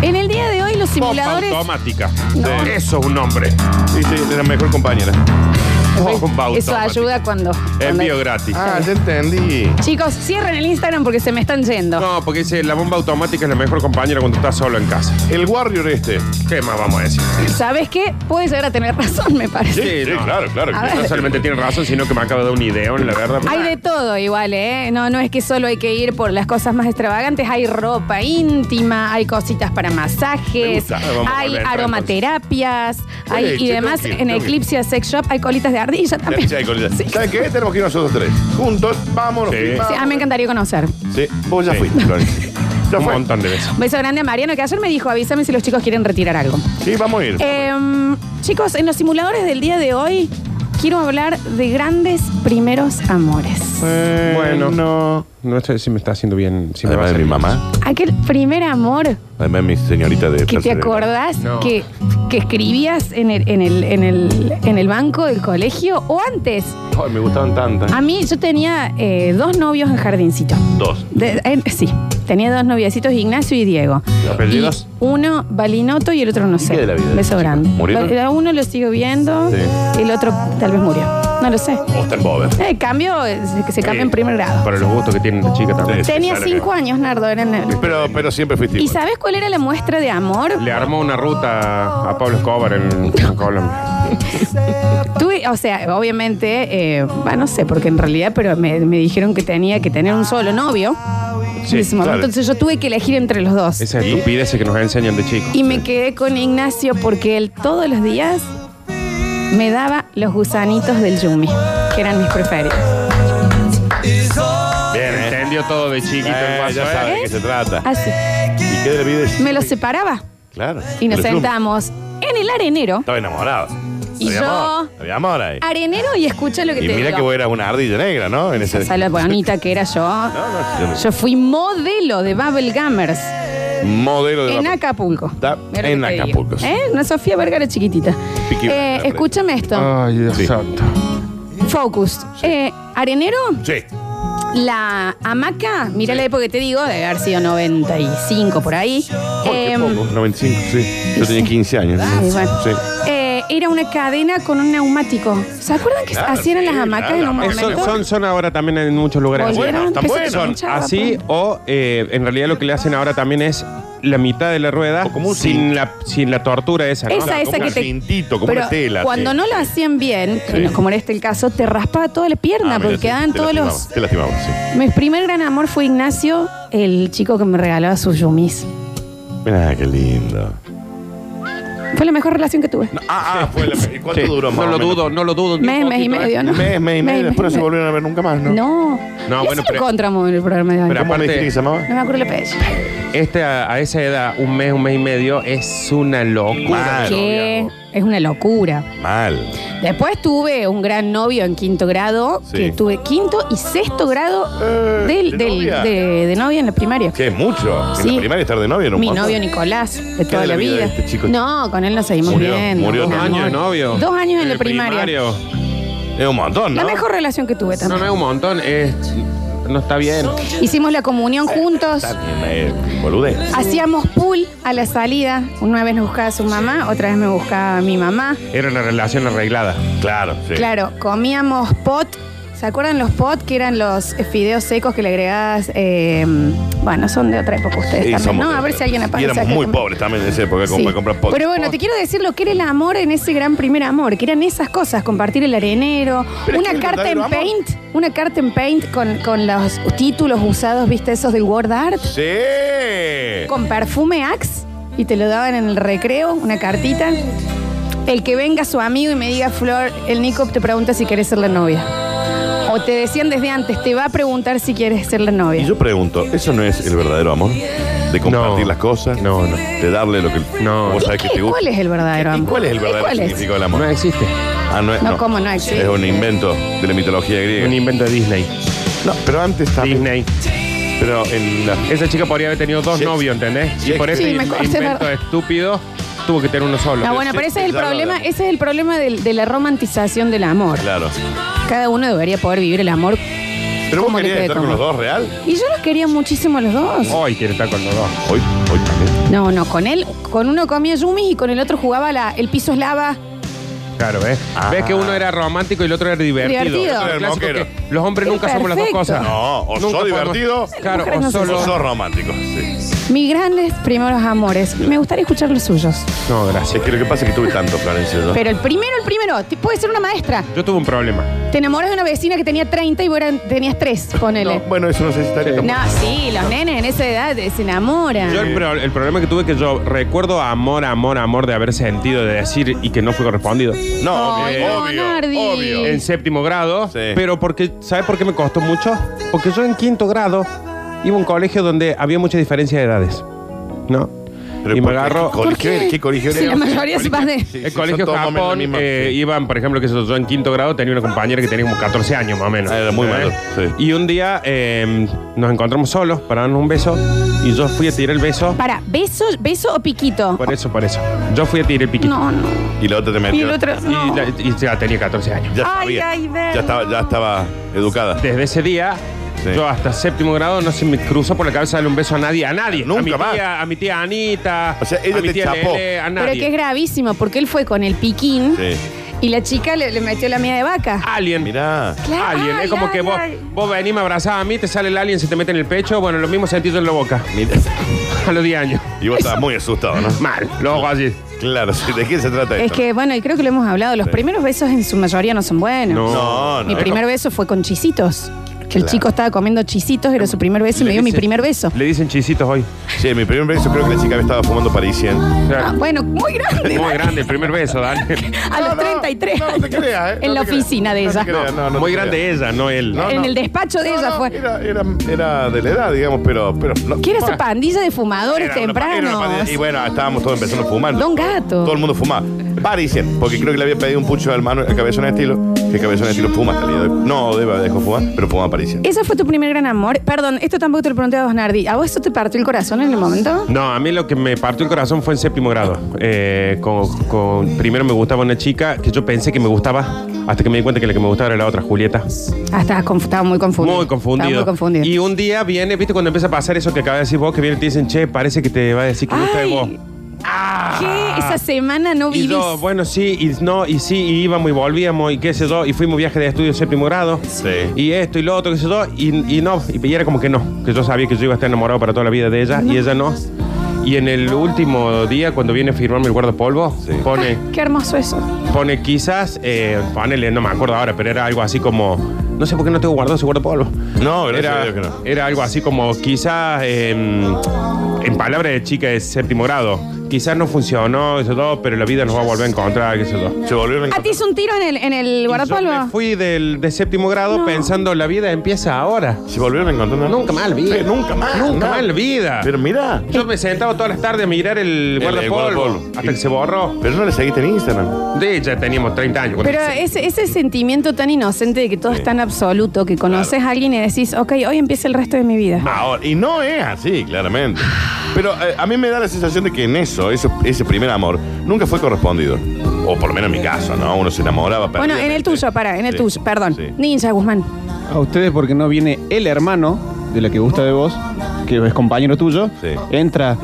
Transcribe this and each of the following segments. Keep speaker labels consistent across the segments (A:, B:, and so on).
A: En el día de hoy los
B: Pompa
A: simuladores...
B: automática.
A: No.
B: Sí, Eso es un nombre. Sí, sí, es la mejor compañera.
A: ¿ves?
B: Pompa
A: Eso
B: automática.
A: ayuda cuando... cuando-
B: Envío gratis.
C: Ah, ya entendí.
A: Chicos, cierren el Instagram porque se me están yendo.
B: No, porque dice, la bomba automática es la mejor compañera cuando estás solo en casa.
C: El Warrior este.
B: ¿Qué más vamos a decir?
A: ¿Sabes qué? Puedes llegar a tener razón, me parece.
B: Sí, no.
C: claro, claro.
A: A ver.
B: No solamente tiene razón, sino que me acaba de dar un ideón, la verdad.
A: Hay de todo igual, ¿eh? No, no es que solo hay que ir por las cosas más extravagantes. Hay ropa íntima, hay cositas para
B: Me
A: masajes,
B: gusta. Vamos a
A: hay
B: volver,
A: aromaterapias, hay,
C: Che,
A: y
C: tengo
A: demás.
C: que ir,
A: en
C: tengo que ir.
A: Eclipse Sex Shop hay colitas de ardilla también.
C: Ya, ya, con-
A: Ah, Sí.
C: ¿Saben qué? Tenemos que ir nosotros tres. Juntos, vámonos.
B: Sí.
C: filmamos.
A: Sí, ah, me encantaría conocer.
C: Sí, vos ya
B: Sí.
C: fuiste, Florencia. Ya
B: Un
C: fue.
B: montón de veces.
A: Un beso grande a Mariano, que ayer me dijo, avísame si los chicos quieren retirar algo.
C: Sí, vamos a ir.
A: Em, chicos, en los simuladores del día de hoy quiero hablar de grandes primeros amores.
B: Bueno. No sé si me está haciendo bien. Si me va a
D: Además de mi
B: hacer bien.
D: mamá,
A: Aquel primer amor
D: además de mi señorita de
A: que te
D: clase de-
A: acordás
B: No.
A: que, que escribías en el, en, el, en, el, en el banco del colegio o antes.
D: Ay, me gustaban tantas.
A: A mí yo tenía eh, dos novios en jardincito.
D: Dos.
A: De- en- sí, tenía dos noviecitos, Ignacio y Diego.
D: ¿Apellidos?
A: Y uno Balinoto y el otro no sé.
D: qué de la vida de
A: Beso
D: ese chico?
A: grande.
D: ¿Murieron?
A: Ba- A uno lo sigo viendo,
D: Sí.
A: el otro tal vez murió. No lo sé.
D: Ostenbover.
A: El cambio, eh, se, se cambia en primer grado.
B: Para los gustos que tienen de chica también.
D: Sí.
A: Tenía
D: claro que-
A: cinco años, Nardo. Eran,
C: Pero, pero siempre fuiste
A: ¿Y
C: igual.
A: sabes cuál era la muestra de amor?
B: Le armó una ruta a Pablo Escobar en, en Colombia.
A: Tuve, o sea, obviamente, eh, bah, no sé, porque en realidad, pero me, me dijeron que tenía que tener un solo novio. en ese momento.
C: claro.
A: Entonces yo tuve que elegir entre los dos.
B: Esas estupideces que nos enseñan de chicos.
A: Y me quedé con Ignacio porque él todos los días me daba los gusanitos del Yumi, que eran mis preferidos.
C: Bien, ¿eh?
B: Entendió todo de chiquito. el
C: Eh,
B: guaso,
C: ya
B: ¿eh?
C: sabe de qué se trata.
A: Así.
C: ¿Y qué de la vida es?
A: Ah. Me los separaba
C: Claro.
A: y nos
C: Los Lumen.
A: sentamos en el arenero.
C: Estaba enamorado.
A: Y
C: Había
A: yo-
C: amor, Había amor ahí.
A: Arenero y escucha lo que
C: Y
A: te
C: mira que
A: digo.
C: vos eras una ardilla negra, ¿no? En ese.
A: Esa lo bonita que era yo.
C: No, no, yo no-
A: Yo fui modelo de Bubble Gummers
C: Modelo de.
A: en
C: la-
A: Acapulco.
C: Está
A: Mira lo
C: en
A: que te digo.
C: Acapulco, sí.
A: ¿Eh? Una Sofía Vergara chiquitita.
C: Piqui-
A: Eh, escúchame esto.
C: Ah.
B: Ay, Dios
C: Sí.
B: santo.
A: Focus. Eh, arenero,
C: Sí.
A: la hamaca, mira la época que te digo, debe haber sido 95 por ahí.
C: Qué
A: Em,
C: poco, 95, sí. Yo tenía 15 años.
A: sí, bueno.
C: Sí.
A: eh, era una cadena con un neumático. ¿Se acuerdan que
C: Claro,
A: hacían
C: sí,
A: las hamacas
C: claro,
A: en un
C: la hamaca.
A: momento?
B: Son, son, son ahora también en muchos lugares. así.
A: Volvieron,
C: buenas, están
A: empecé a
C: buenas.
A: escuchar,
B: Así
A: papá.
B: o eh, en realidad lo que le hacen ahora también es la mitad de la rueda
C: O como un
B: sin la sin la tortura esa. ¿no?
A: Esa,
B: Claro,
A: Ah, esa
B: como
A: que
C: un
A: te-
C: cintito, como una tela.
A: cuando
C: sí.
A: no lo hacían bien,
C: Sí.
A: como era este el caso, te raspaba toda la
C: Ah,
A: pierna
C: mira,
A: porque
C: sí,
A: quedaban
C: te
A: todos los...
C: lastimaba, Te lastimamos, sí.
A: Mi primer gran amor fue Ignacio, el chico que me regalaba sus yumis.
C: Mirá, qué lindo.
A: Fue la mejor relación que tuve.
C: Ah, ah, fue la. ¿y ¿Cuánto
B: Sí,
C: duró más
B: No
C: o
B: lo
C: menos?
B: dudo, no lo dudo. ni
A: mes,
B: un
A: mes y
B: poquito, ¿eh?
A: medio, ¿no?
C: Mes, mes y medio, después no se volvieron a ver nunca más, ¿no?
A: No.
B: No,
A: Y
B: bueno,
A: eso
B: pero-
A: lo encontramos en el programa de hoy.
B: Pero
C: ¿Cómo me
B: aparte-
C: dijiste que se llamaba?
A: No me acuerdo el apellido.
B: Este a, a esa edad, un mes, un mes y medio, es una locura.
C: Mal.
A: Que es una locura.
C: Mal.
A: Después tuve un gran novio en quinto grado,
C: Sí.
A: que tuve quinto y sexto grado
C: Eh,
A: del-
C: ¿de
A: del-
C: novia?
A: de, de novia en la primaria.
C: Que es mucho. En
A: Sí.
C: la primaria estar de novio era un
A: Mi
C: montón.
A: novio Nicolás, de toda
C: de
A: la,
C: la vida
A: vida.
C: de este chico?
A: no, con él nos seguimos
C: Murió,
A: bien.
C: murió
B: Dos años de novio.
A: Dos años en la
B: Eh,
A: primaria.
B: primario.
C: Es un montón, ¿no?
A: La mejor relación que tuve
B: No,
A: también.
B: no es un montón. Es, no está bien.
A: Hicimos la comunión juntos.
C: Eh, boludez.
A: Hacíamos pool a la salida. Una vez nos buscaba su mamá, otra vez me buscaba mi mamá.
B: Era una relación arreglada.
C: Claro, sí.
A: Claro, comíamos pot. ¿Se acuerdan los pot que eran los eh, fideos secos que le agregabas? eh, bueno, son de otra época ustedes
C: Sí,
A: también,
C: somos-
A: ¿no? A ver si alguien
C: Y
A: aparece.
C: éramos
A: acá
C: muy
A: con-
C: pobres también en esa época, como
A: Sí.
C: para comprar pot.
A: Pero bueno, te quiero decir lo que era el amor en ese gran primer amor, que eran esas cosas, compartir el arenero,
C: Pero es
A: una
C: que el
A: carta en
C: verdadero amor-
A: paint, una carta en paint con, con los títulos usados, viste, esos del Word Art.
C: Sí.
A: con perfume Axe y te lo daban en el recreo, una cartita. El que venga su amigo y me diga, Flor, el Nico te pregunta si quieres ser la novia. O te decían desde antes, te va a preguntar si quieres ser la novia.
C: Y yo pregunto, ¿eso no es el verdadero amor? De compartir
B: No.
C: las cosas.
B: No, no.
C: De darle lo que
B: No.
C: vos sabés
A: ¿Qué-
C: que te gusta.
A: ¿Cuál es el verdadero
C: ¿Y
A: amor?
C: cuál es el verdadero
A: ¿Cuál es?
C: significado del
B: No
C: amor?
B: existe.
C: Ah, es-
A: No, cómo no existe.
C: Es un invento de la mitología griega.
B: Un invento de Disney.
C: No, pero antes también.
B: Disney.
C: Pero en la.
B: Esa chica podría haber tenido dos
C: Sí.
B: novios, ¿entendés? Y
C: Sí.
B: por ese
A: Sí, me
B: in-
A: corté,
B: invento
A: verdad.
B: estúpido tuvo que tener uno solo.
A: No, Ah, bueno, pero ese es el
C: Ya lo
A: problema,
C: hablamos.
A: ese es el problema del- de la romantización del amor.
C: Claro.
A: Cada uno debería poder vivir el amor
C: ¿Pero vos
A: ¿Cómo le
C: querías estar con
A: tomar?
C: los dos real?
A: Y yo los quería muchísimo a los dos.
B: Hoy quiere estar con los dos.
C: Hoy, hoy también.
A: No, no, con él, con uno comía yumi y con el otro jugaba la, el piso es lava.
B: Claro, ¿ves?
C: Ah.
B: Ves que uno era romántico y el otro era divertido.
A: Divertido.
B: Eso era el clásico
C: Moquero.
B: que los hombres
A: Es
B: nunca somos las dos
A: perfecto.
B: cosas.
C: No, o
B: Nunca
C: sos
B: podemos-
C: divertido
B: Claro,
A: Las mujeres no
B: o
A: se
C: o
B: solo.
C: sos romántico. Sí.
A: Mis grandes primeros amores. Me gustaría escuchar los suyos.
B: No, gracias.
C: Es que lo que pasa es que tuve tanto, Florencia. ¿no?
A: Pero el primero, el primero, te- puede ser una maestra.
B: Yo tuve un problema.
A: Te enamoras de una vecina que tenía 30 y vos eran- tenías 3, ponele.
C: No, bueno, eso no sé si estaría
A: No,
C: tan-
A: sí, los nenes en esa edad eh, se enamoran.
B: Yo el, pro- el problema que tuve que yo recuerdo amor, amor, amor de haber sentido, de decir y que no fue correspondido.
C: No,
A: Ay,
C: obvio,
A: no,
C: obvio,
A: Nardi.
C: obvio.
B: En séptimo grado,
C: Sí.
B: pero porque, ¿sabes por qué me costó mucho? Porque yo en quinto grado iba a un colegio donde había mucha diferencia de edades. ¿No?
C: Pero
B: y me
C: ¿por qué?
B: agarro.
C: ¿Qué colegio
A: ¿Por qué?
C: era? ¿Qué colegio
A: Si
C: era?
A: la mayoría se va de-
C: Sí, sí,
B: el
C: son
B: colegio
C: todos más o menos la
B: Japón
C: misma.
B: eh, iban, por ejemplo, que yo en quinto grado tenía una compañera que tenía como 14 años más o menos.
C: Ah, era muy mayor, sí.
B: Y un día eh, nos encontramos solos para darnos un beso y yo fui a tirar el beso.
A: Para, ¿beso, beso o piquito?
B: Por eso, por eso. Yo fui a tirar el piquito.
A: No, no.
C: Y la otra te metió.
A: Y el otro,
B: Y,
A: no.
B: la- y ya tenía 14 años.
C: Ya
A: Ay,
C: sabía.
A: ay, verdad.
C: ya, estaba, ya estaba educada.
B: Desde ese día,
C: Sí.
B: yo hasta séptimo grado no se me cruzó por la cabeza darle un beso a nadie, a nadie.
C: Nunca
B: a mi
C: más.
B: tía, a mi tía Anita,
C: O sea, ella
B: a mi
C: te
B: tía
C: chapó.
B: Lele, a
A: Pero
B: nadie.
A: es que es gravísimo, porque él fue con el piquín
C: Sí. Ah,
A: y la chica le, le metió la mía de vaca.
B: Alien.
C: Mirá.
A: Claro,
B: Alien.
A: ay,
B: es como
A: ay,
B: que vos,
A: ay.
B: vos venís, me abrazás a mí, te sale el alien, se te mete en el pecho. Bueno, lo mismo sentí yo en la boca.
C: mirá.
B: A los 10 años.
C: Y vos estabas muy asustado, ¿no?
B: Mal. Los ojos así.
C: Claro, sí, ¿de qué se trata
A: Es
C: esto?
A: que, bueno, y creo que lo hemos hablado, los
C: Sí.
A: primeros besos en su mayoría no son buenos.
C: No, no.
A: Mi
C: es
A: primer beso fue con chisitos. Que el
C: Claro.
A: chico estaba comiendo chisitos, era su primer beso y
B: Le
A: me dio mi
B: dicen-
A: primer beso.
B: Le dicen chisitos hoy.
C: como- Sí, mi primer beso creo que la chica me estaba fumando parisien.
B: O sea,
A: Ah, bueno, muy grande.
B: muy grande el primer beso, Daniel.
A: A los 33
C: No, no te
A: años,
C: creas, ¿eh?
A: En
C: No
A: la
C: te creas.
A: oficina de
C: No te
A: ella.
C: creas, no, no te
B: muy
C: creas.
B: grande ella, no él.
C: No,
A: en el despacho de
C: No,
A: ella
C: no,
A: fue.
C: Era, era, era de la edad, digamos, pero. pero no,
A: ¿Qué era
C: bah,
A: esa pandilla de fumadores
C: era una pa- era una pandilla.
A: tempranos?
C: Y bueno, estábamos todos empezando a fumar.
A: Ah, Don Gato.
C: Todo el mundo fumaba. Parisien, porque creo que le había pedido un pucho al Manuel, al Cabezón de Estilo, que Cabezón de Estilo fuma hasta el día de hoy. No, debe dejó fumar, pero fumaba Parisien.
A: ¿Ese fue tu primer gran amor? Perdón, esto tampoco te lo pregunté a vos, Nardi. ¿A vos esto te partió el corazón en el momento?
B: No, a mí lo que me partió el corazón fue en séptimo grado. Eh, con, con- primero me gustaba una chica que yo pensé que me gustaba, hasta que me di cuenta que la que me gustaba era la otra, Julieta.
A: Ah, estabas conf- estaba muy confundido.
B: Muy confundido.
A: Estaba muy confundido.
B: Y un día viene, viste, cuando empieza a pasar eso que acaba de decir vos, que viene y te dicen, che, parece que te va a decir que gusta de
A: Ay.
B: vos.
A: ¿Qué? Esa semana no
B: Y
A: vivís.
B: yo, bueno, sí, y no, y sí, y íbamos y volvíamos, y qué sé yo, y fuimos viaje de estudio de séptimo grado,
C: Sí.
B: y esto y lo otro, qué sé yo, y, y no, y era como que no, que yo sabía que yo iba a estar enamorado para toda la vida de ella, y ella no. Y en el último día, cuando viene a firmarme el guardapolvo,
C: Sí.
B: pone,
A: Qué hermoso eso.
B: pone quizás, eh, ponele, no me acuerdo ahora, pero era algo así como, no sé por qué no tengo guardado ese guardapolvo.
C: No, gracias
B: Era,
C: a Dios que no.
B: era algo así como, quizás, eh, en palabras de chica de séptimo grado, quizás no funcionó, eso todo, pero la vida nos va a volver a encontrar, eso todo.
C: Se volvió
A: ¿A
C: a
A: ti
C: encontrar.
A: Ah, hizo un tiro en el, en el
B: Y
A: guardapolvo?
B: Yo me fui del, de séptimo grado
A: No.
B: pensando la vida empieza ahora.
C: Se volvieron a encontrar. ¿no?
B: Nunca más la vida.
C: Eh, nunca más.
B: Nunca
C: no.
B: más la vida.
C: Pero mira.
B: Yo me sentaba todas las tardes a mirar el
C: El- el
B: guardapolvo
C: guardapolvo.
B: hasta que se borró.
C: Pero no le seguiste en Instagram.
B: De ya teníamos 30 años. cuando
A: Pero
B: se-
A: ese, ese sentimiento tan inocente de que todo es tan absoluto, que conoces a alguien y decís, ok, hoy empieza el resto de mi vida.
C: Ahora, y no es así, claramente. Pero eh, a mí me da la sensación de que en eso, eso- ese primer amor, nunca fue correspondido. O por lo menos en mi caso, ¿no? Uno se enamoraba.
A: bueno, en el
C: perdidamente.
A: tuyo, para, en el
C: Sí.
A: tuyo, perdón.
C: Sí.
A: Ninja Guzmán.
E: A ustedes porque no viene el hermano de la que gusta de vos, que es compañero tuyo,
C: Sí.
E: entra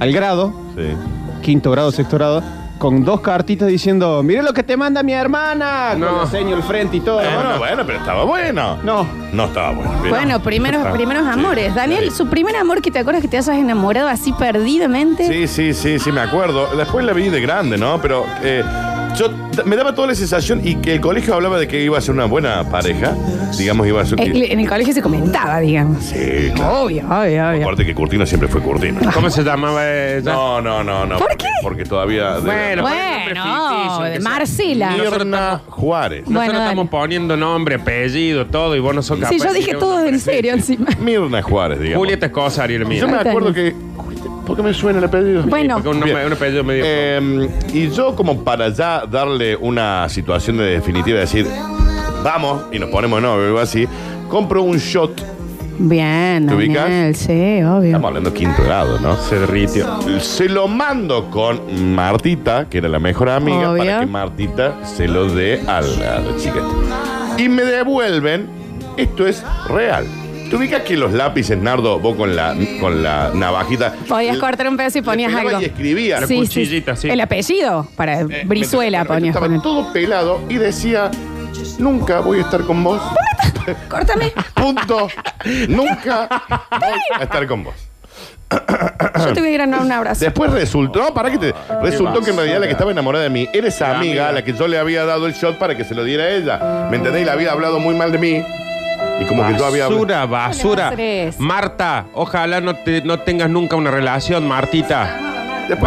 E: al grado,
C: Sí.
E: quinto grado, sexto grado, con dos cartitas diciendo, mire lo que te manda mi hermana,
B: No.
E: con el seño el frente y todo.
C: Bueno, Eh, bueno, pero estaba bueno.
E: No,
C: No estaba bueno. pero-
A: Bueno, primeros,
B: está.
A: primeros amores. Daniel, su primer amor que te acuerdas que te has enamorado así perdidamente.
C: Sí, sí, sí, sí, me acuerdo. Después la vi de grande, ¿no? Pero eh, yo t- me daba toda la sensación y que el colegio hablaba de que iba a ser una buena pareja. Digamos, iba a ser.
A: En, en el colegio se comentaba, digamos.
C: Sí, claro.
A: Obvio, obvio, obvio.
C: Aparte que Curtino siempre fue Curtino.
A: eh,
B: ¿Cómo se llamaba ella?
C: No, no, no, no.
A: ¿Por
C: porque-
A: qué?
C: Porque todavía.
B: Bueno,
A: Bueno,
B: Aunque sea-
A: Marcela.
B: Nosotros
C: Mirna
B: estamos,
C: Juárez.
A: Bueno,
B: nosotros
A: dale.
B: estamos poniendo nombre, apellido, todo, y vos no sos capaz.
A: Sí, yo
B: de
A: dije
B: tener
A: todo
B: un
A: en
B: nombre.
A: serio encima.
C: Mirna Juárez, digamos.
B: Julieta Escosa, Ariel mío.
C: Yo me acuerdo que. ¿Por qué me suena el apellido?
A: Bueno,
B: Porque un, nombre- un apellido medio.
C: Eh, y yo como para ya darle una situación de definitiva, decir, vamos y nos ponemos no, o algo así, compro un shot.
A: bien,
C: ¿Te ubicas?
A: Daniel, sí,
C: Estamos
A: obvio.
C: hablando quinto grado, ¿no?
B: Cerritio.
C: Se lo mando con Martita, que era la mejor amiga,
A: Obvio.
C: para que Martita se lo dé a la, a la chica. esta. Y me devuelven Esto es real. ¿Te ubicas que los lápices, Nardo, vos con la, con la navajita.
A: Podías
C: le-
A: cortar un pedazo y
C: le
A: ponías
C: pegabas
A: algo.
C: y escribías.
B: La cuchillita, sí.
A: El apellido, para
C: Eh,
A: Brizuela
C: mientras-
A: ponías.
C: Estaba
A: poner.
C: todo pelado y decía: Nunca voy a estar con vos.
A: Córtame.
C: Punto. Nunca voy a estar con vos.
A: Yo te voy a ir a dar un abrazo.
C: Después resultó, no, para que te. Resultó que en realidad la que estaba enamorada de mí era esa
B: La
C: amiga,
B: amiga.
C: a la que yo le había dado el shot para que se lo diera a ella. ¿Me entendéis? La había hablado muy mal de mí. Y como que yo había hablado.
B: Basura, basura.
A: ¿Cómo le va a hacer eso?
B: Marta, ojalá no, te- no tengas nunca una relación, Martita.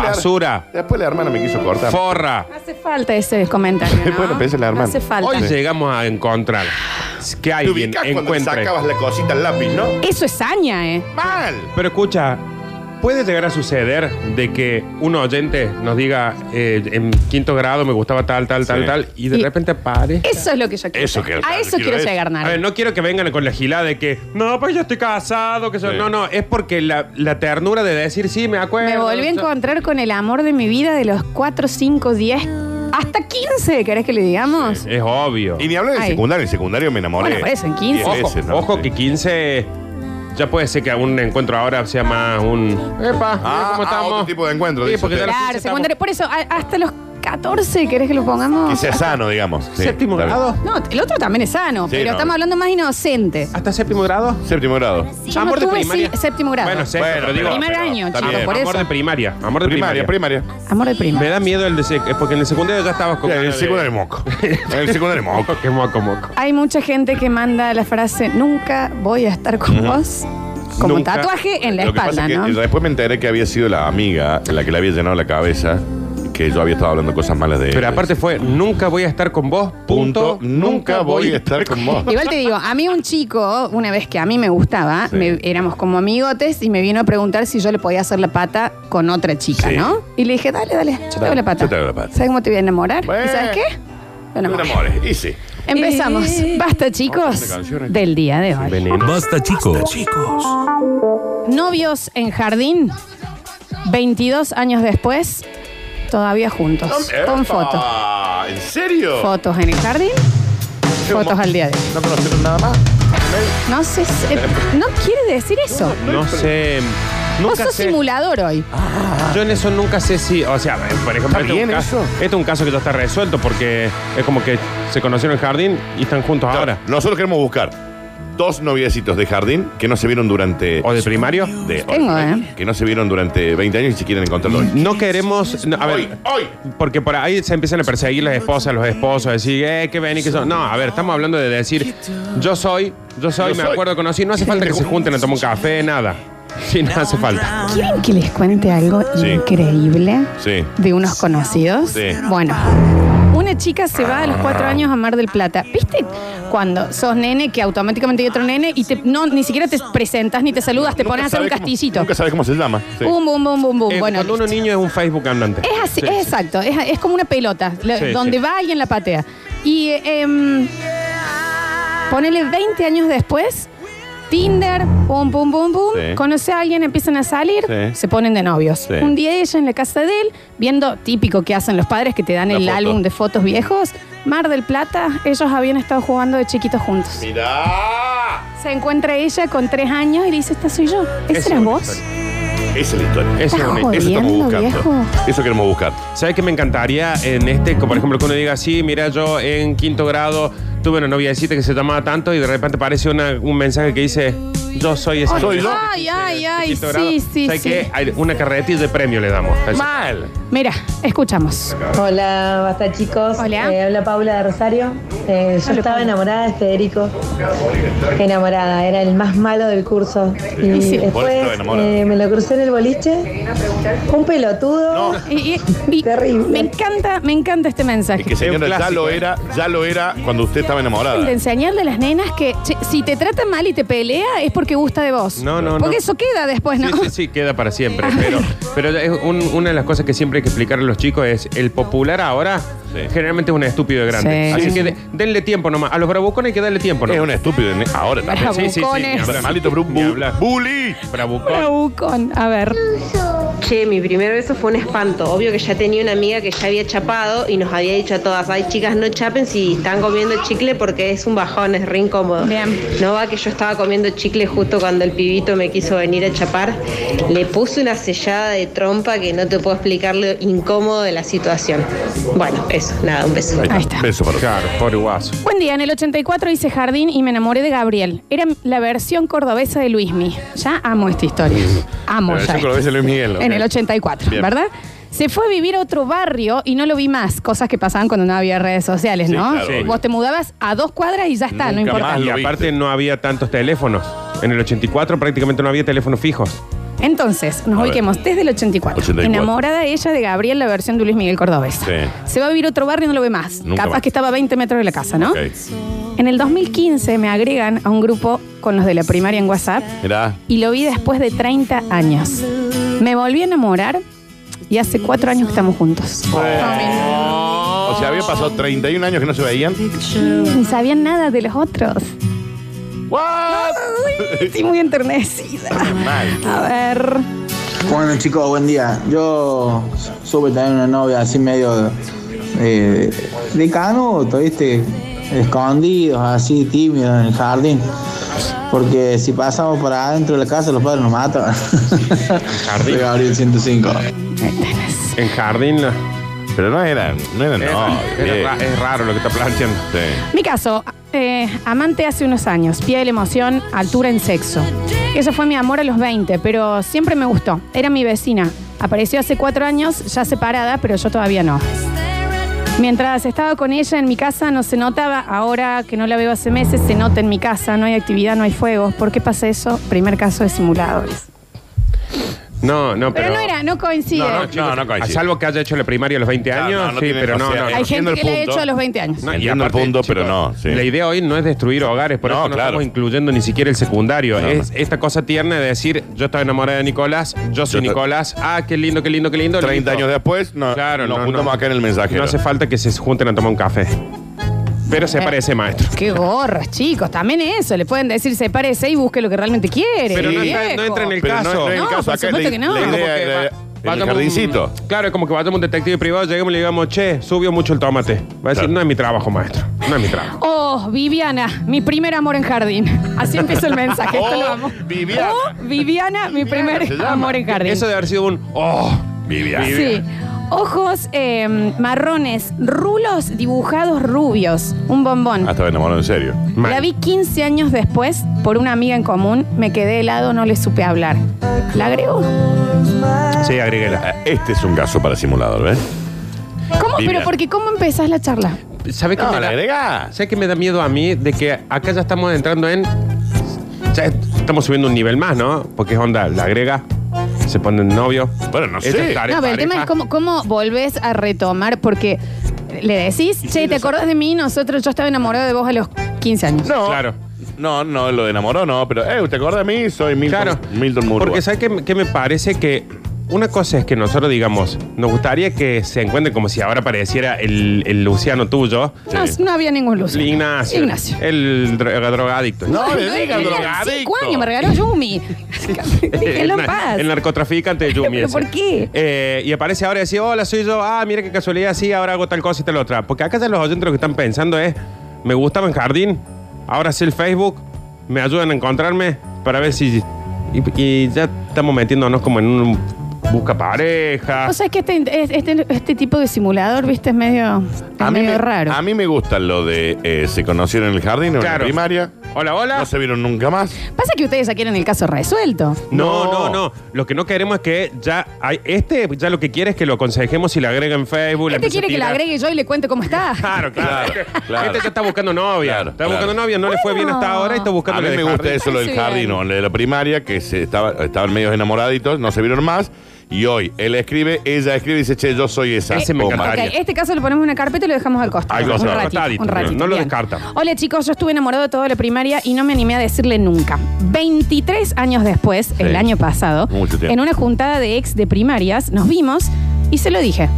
B: basura.
C: Después la hermana me quiso cortar.
B: Forra.
A: No hace falta ese comentario. ¿no?
C: Bueno, pero esa es la
A: No
C: hermana.
A: hace falta.
B: Hoy llegamos a encontrar que
C: Te
B: alguien
C: ubicás cuando
B: encuentre.
C: sacabas la cosita al lápiz, ¿no?
A: Eso es saña, ¿eh?
C: ¡Mal!
B: Pero escucha, ¿puede llegar a suceder de que un oyente nos diga eh, en quinto grado me gustaba tal, tal, tal,
C: Sí.
B: tal, y de
A: Y-
B: repente pare?
A: Eso es lo que yo quiero.
C: Eso
A: llegar.
C: quiero-
A: a eso
C: quiero
A: quiero
C: eso.
A: llegar,
B: A ver,
A: Nardo.
B: no quiero que vengan con la gilada de que, no, pues yo estoy casado, que yo-".
C: Sí.
B: No, no, es porque la, la ternura de decir sí, me acuerdo.
A: Me volví a
B: yo-
A: encontrar con el amor de mi vida de los 4, 5, 10, hasta 15, ¿querés que le digamos?
B: Es obvio.
C: Y ni hablé del
A: Ay.
C: secundario, el secundario me enamoré.
A: Bueno, por eso, en 15.
C: Diez
B: Ojo,
C: veces, ¿no?
B: ojo
C: Sí.
B: que 15. Ya puede ser que un encuentro ahora sea más un. Epa,
C: Ah,
B: ¿cómo
C: ah,
B: estamos?
C: otro tipo de encuentro,
B: Sí,
C: dice
B: porque ya
C: usted.
B: los
A: Claro,
B: 15
A: secundario. Por eso, a- hasta los 14, ¿querés que lo
C: Que
A: pongamos?
C: sea sano, digamos. Sí,
B: Séptimo
C: está bien.
B: grado.
A: No, el otro también es sano,
C: Sí,
A: pero
C: no.
A: estamos hablando más inocente.
B: estamos- ¿Hasta séptimo grado?
C: Séptimo grado.
A: Yo no tuve sí- séptimo grado.
B: Bueno, sexto,
C: Bueno,
B: pero digo.
A: Primer
B: pero
A: año,
B: está
A: chicos,
B: bien,
A: por
B: amor
A: eso.
B: de primaria. Amor de primaria.
C: Primaria, primaria.
A: Amor de prima.
B: Me da miedo el de sec- es porque en el secundario ya estabas con.
C: En el
B: ganas de-
C: secundario moco. En el secundario moco.
B: Que moco, moco.
A: Hay mucha gente que manda la frase nunca voy a estar con vos como
B: Nunca.
A: tatuaje en la
C: Lo que
A: espalda,
C: pasa es que
A: ¿no?
C: después me enteré que había sido la amiga la que le había llenado la cabeza, que yo había estado hablando cosas malas de
B: Pero
C: ella.
B: aparte fue, nunca voy a estar con vos, punto.
C: punto, nunca voy a estar con vos.
A: Igual te digo, a mí un chico, una vez que a mí me gustaba,
C: Sí.
A: me- éramos como amigotes y me vino a preguntar si yo le podía hacer la pata con otra chica,
C: Sí.
A: ¿no? Y le dije, dale, dale, yo te hago la pata.
C: Yo te hago la pata.
A: ¿Sabes cómo te voy a enamorar?
C: Bueno.
A: ¿Y sabes qué? Lo
C: No
A: enamoré.
C: enamores. Y sí.
A: Empezamos. Basta,
C: Vamos a
A: chicos,
C: hacer canciones.
A: del día de hoy.
B: Veneno.
F: Basta chicos.
A: Novios en jardín, 22 años después, todavía juntos. Con fotos.
C: Ah, ¿En serio?
A: Fotos en el jardín, fotos al día de hoy.
C: ¿No conocieron nada más?
A: No sé, si- eh, no quiere decir eso.
B: No sé.
A: Vos
B: Nunca
A: sos
B: sé.
A: simulador hoy.
C: Ah.
B: Yo en eso nunca sé si, o sea, por ejemplo,
C: ¿Está
B: este, es
C: bien
B: un caso,
C: eso?
B: este es un caso que ya está resuelto porque es como que se conocieron en el jardín y están juntos ahora.
C: Nosotros queremos buscar dos noviecitos de jardín que no se vieron durante...
B: ¿O de primario?
C: de-
A: Tengo, ¿eh?
C: Que no se vieron durante 20 años y se quieren encontrar hoy.
B: No queremos, no, a ver,
C: Hoy, hoy.
B: porque por ahí se empiezan a perseguir las esposas, los esposos, decir, eh, que ven y que son. No, a ver, estamos hablando de decir, yo soy, yo soy,
C: Yo
B: me
C: soy.
B: acuerdo, conocí, no hace falta que se junten a tomar un café, nada. Sí, no hace falta.
A: ¿Quieren que les cuente algo
C: Sí.
A: increíble
C: Sí.
A: de unos conocidos?
C: Sí.
A: Bueno, una chica se va a los cuatro años a Mar del Plata. ¿Viste? Cuando sos nene, que automáticamente hay otro nene y te, no, ni siquiera te presentas ni te saludas, te pones a hacer un
C: Sabes cómo-
A: castillito.
C: Nunca sabes cómo se llama. Sí.
A: Bum, bum, bum, bum, bum.
B: Eh,
A: bueno,
B: cuando uno es niño es un Facebook andante.
A: Es así,
B: Sí,
A: es
B: sí.
A: exacto. Es, es como una pelota, la-
B: Sí,
A: donde
B: sí.
A: va alguien la patea. Y eh, em, ponele 20 años después, Tinder, pum, pum, pum, pum,
C: Sí.
A: conoce a alguien, empiezan a salir,
C: Sí.
A: se ponen de novios.
C: Sí.
A: Un día ella en la casa de él, viendo típico que hacen los padres que te dan
C: La
A: el
C: foto.
A: álbum de fotos viejos, Mar del Plata, ellos habían estado jugando de chiquitos juntos.
C: Mirá.
A: Se encuentra ella con tres años y le dice, esta soy yo.
B: Esa es
A: ¿Ese eras
B: una
A: vos?
B: historia.
C: Esa es la historia.
B: Esa es una
A: Ojo.
C: Eso estamos
A: Jodiendo,
C: buscando.
A: viejo.
C: Eso queremos buscar.
B: ¿Sabes qué me encantaría en este? Como por ejemplo que uno diga, sí, mira, yo en quinto grado tuve una noviecita que se llamaba tanto y de repente aparece una- un mensaje que dice, yo soy esa.
C: Soy yo.
A: Ay, ay, ay,
B: Quinto grado.
A: sí, sí,
B: ¿Sabes
A: sí.
B: qué? Hay Una carretilla de premio le damos. a eso.
C: Mal.
A: Mira, escuchamos.
G: Hola, basta chicos.
A: Hola.
G: Eh, habla Paula de Rosario. Eh, yo
A: Hola, Paula.
G: estaba enamorada de Federico. Enamorada, era el más malo del curso. Y
A: Sí.
G: después
C: Vos estabas enamorada.
G: eh, me lo crucé en el boliche. Un pelotudo.
A: Y- y- y
G: Terrible.
A: Me encanta, me encanta este mensaje.
C: Es que
B: un
C: señora, ya
B: clásico,
C: lo
B: eh.
C: era, ya lo era cuando usted estaba enamorada.
A: De enseñarle a las nenas que che, si te tratan mal y te pelea es porque gusta de vos.
B: No, no, no.
A: Porque eso queda después, ¿no?
B: Sí, sí, sí, queda para siempre. Pero, pero es un- una de las cosas que siempre hay que explicarle a los chicos es el popular ahora
C: Sí.
B: generalmente es un estúpido de grande.
A: Sí.
B: Así que de- denle tiempo nomás. A los bravucones hay que darle tiempo
C: Es
B: nomás.
C: un estúpido. ne- Ahora también.
A: Bravucones.
B: ni hablar.
C: Maldito
B: Ni hablar.
C: Bully.
B: Bravucón.
A: Bravucón. A ver.
F: Che, mi primer beso fue un espanto. Obvio que ya tenía una amiga que ya había chapado y nos había dicho a todas, ay chicas, no chapen si están comiendo chicle porque es un bajón, es re incómodo.
A: Bien.
F: No va que yo estaba comiendo chicle justo cuando el pibito me quiso venir a chapar. Le puse una sellada de trompa que no te puedo explicar lo incómodo de la situación. Bueno, eso, nada, un beso.
A: Ahí está.
C: Beso para
B: Claro, pobre guaso.
A: Buen día, en el 84 hice jardín y me enamoré de Gabriel. Era la versión cordobesa de Luismi. Ya amo esta historia. Amo
C: Pero
A: ya.
C: yo
A: esto.
C: creo que es Luis Miguel. ok.
A: En el 84,
C: Bien.
A: ¿verdad? Se fue a vivir a otro barrio y no lo vi más, cosas que pasaban cuando no había redes sociales,
C: Sí,
A: ¿no?
C: claro, obvio.
A: Vos te mudabas a dos cuadras y ya está, no
C: Nunca
A: importa.
C: más
B: Y
C: lo
B: aparte
C: viste.
B: no había tantos teléfonos. En el 84 prácticamente no había teléfonos fijos.
A: Entonces, nos
C: A ver.
A: ubiquemos desde el 84.
C: 84.
A: Enamorada ella de Gabriel, la versión de Luis Miguel Cordobés.
C: Sí.
A: Se va a vivir a otro barrio y no lo ve más.
C: Nunca
A: Capaz
C: más.
A: que estaba a 20 metros de la casa, ¿no?
C: Ok.
A: En el 2015 me agregan a un grupo con los de la primaria en WhatsApp
C: Mirá.
A: y lo vi después de 30 años. Me volví a enamorar y hace cuatro años que estamos juntos.
C: O sea, había pasado 31 años que no se veían.
A: Ni sabían nada de los otros.
C: ¿What?
A: Estoy muy enternecida.
C: Mal.
A: A ver.
H: Bueno chicos, buen día. Yo supe también una novia así medio eh, de canuto, ¿viste? Escondidos, así tímidos en el jardín. Porque si pasamos para adentro de la casa, los padres nos matan.
B: jardín.
H: De Gabriel 105.
B: En jardín no.
C: Pero no eran, no eran
B: Era-
C: novios.
B: era ra- es raro lo que está planteando.
C: Sí.
A: Mi caso, eh, amante hace unos años, piel, emoción, altura en sexo. Eso fue mi amor a los 20, pero siempre me gustó. Era mi vecina. Apareció hace cuatro años, ya separada, pero yo todavía no. Mientras estaba con ella en mi casa no se notaba, ahora que no la veo hace meses se nota en mi casa, no hay actividad, no hay fuegos. ¿Por qué pasa eso? Primer caso de simuladores.
B: No, no, pero.
A: Pero no era, eh. no coincide.
C: No, no, no, no
B: A
C: coincide.
B: salvo que haya hecho la primaria a los 20
C: Claro,
B: años,
C: no, no
B: sí,
C: tiene-
B: pero
C: o
B: no,
C: sea,
B: no.
A: hay gente
C: entiendo el
A: que le ha
C: punto.
A: hecho a los 20 años.
B: No, y
C: Entiendo el punto, pero no, sí.
B: La idea hoy no es destruir hogares, por
C: No,
B: eso no
C: claro.
B: estamos incluyendo ni siquiera el secundario.
C: No,
B: es esta cosa tierna de decir, yo estaba enamorada de Nicolás, yo soy
C: Yo ta-
B: Nicolás, ah, qué lindo, qué lindo, qué lindo.
C: 30
B: listo.
C: años después, no,
B: Claro,
C: nos
B: no,
C: juntamos
B: no.
C: acá en el mensaje.
B: No hace falta que se junten a tomar un café. Pero
A: Eh.
B: se parece, maestro.
A: Qué gorros, chicos. También eso. Le pueden decir, sepárese y busque lo que realmente quiere.
B: Pero no,
A: viejo.
B: está- no entra en el
C: Pero no-
B: caso.
C: no es el
A: No,
C: caso.
A: por
C: Acá
A: supuesto
C: la,
A: que no.
C: la
B: Es como
C: idea
B: que
C: era
B: va-
C: el
B: vayamos-
C: jardincito.
B: Claro, es como que vayamos a un detective privado, lleguemos y le digamos, che, subió mucho el tomate. Va a decir,
C: Claro.
B: no es mi trabajo, maestro. No es mi trabajo.
A: Oh, Viviana, mi primer amor en jardín. Así empieza el mensaje. Esto
C: Oh,
A: lo amo.
C: Viviana.
A: Oh, Viviana, mi
C: se
A: primer
C: llama.
A: amor en jardín.
B: Eso debe haber sido un, oh,
C: Viviana.
A: Sí. Ojos eh, marrones, rulos dibujados rubios. Un bombón.
C: Ah, estaba enamorado en serio.
B: mal.
A: La vi 15 años después por una amiga en común. Me quedé helado, no le supe hablar. ¿La agrego?
B: Sí, agréguela.
C: Ah, Este es un caso para simulador, ¿ves?
A: ¿Cómo?
C: Viviana.
A: Pero porque ¿cómo empezás la charla?
B: ¿Sabe qué,
C: No,
B: me
C: Este la
B: da,
C: agregá.
B: ¿Sabe qué me da miedo a mí? De que acá ya estamos entrando en... Ya estamos subiendo un nivel más, ¿no? Porque es onda, la agrega, se ponen novio.
C: Bueno, no
B: Esa
C: sé.
B: Este es tarea
A: No, pero el
B: pareja.
A: tema es cómo, cómo volvés a retomar, porque le decís, che, ¿te acordás de mí? Nosotros, yo estaba enamorado de vos a los 15 años.
C: No.
B: Claro.
C: No, no, lo de enamoró no, pero, eh, ¿te acuerdas de mí? Soy Milton,
B: Claro.
C: Milton Murúa.
B: Porque ¿sabes qué, qué me parece? Que una cosa es que nosotros digamos, nos gustaría que se encuentren como si ahora pareciera el, el Luciano tuyo.
A: No,
C: Sí.
A: no había ningún luz.
B: El Ignacio.
A: Ignacio.
B: El dro- drogadicto.
C: No le
A: Ay,
C: digan
A: tenía
C: drogadicto.
A: cinco años, me regaló Yumi.
B: El,
A: Déjenlo en
B: na-
A: paz.
B: el narcotraficante de Yumi.
A: ¿Pero
B: ese.
A: por qué?
B: Eh, y aparece ahora y dice, hola, soy yo. Ah, mira qué casualidad, sí, ahora hago tal cosa y tal otra. Porque acá ya los oyentes lo que están pensando es, me gustaba en jardín, ahora sí el Facebook, me ayudan a encontrarme para ver si... Y, y ya estamos metiéndonos como en un busca pareja.
A: O sea, es que este, es- este, este tipo de simulador, viste, es medio, es
C: A mí,
A: medio
C: me,
A: raro.
C: a mí me gusta lo de eh, se conocieron en el jardín, en
B: Claro.
C: la primaria.
B: Hola, hola.
C: No se vieron nunca más.
A: Pasa que ustedes ya quieren el caso resuelto.
B: No, no,
C: No.
B: no. Lo que no queremos es que ya. hay- este ya lo que quiere es que lo aconsejemos y le agrega en Facebook. le
A: Este
B: empiece a
A: quiere que le
B: tirar.
A: agregue yo y le cuente cómo está.
B: Claro, claro.
C: Claro, claro.
B: Este ya está buscando novia.
C: Claro,
B: está
C: claro.
B: buscando novia, no le fue bien hasta ahora y está buscando
C: a mí
B: la de
C: me gusta
B: jardín.
C: eso, lo del
A: Parece
C: jardín
A: bien.
C: o lo de la primaria, que se estaba, estaban medios enamoraditos, no se vieron más. Y hoy él escribe, ella escribe y dice, che, yo soy esa.
B: Ese me
C: Oh,
B: encanta.
C: my.
A: Ok,
B: Área.
A: este caso lo ponemos en una carpeta y lo dejamos al costado.
B: Al costado,
A: un ratito,
B: costadito,
A: un ratito,
B: no lo
A: bien.
B: descartamos.
A: Hola chicos, yo estuve enamorado toda la primaria y no me animé a decirle nunca. 23 años después, el año pasado,
C: Mucho tiempo.
A: en una juntada de ex de primarias, nos vimos y se lo dije.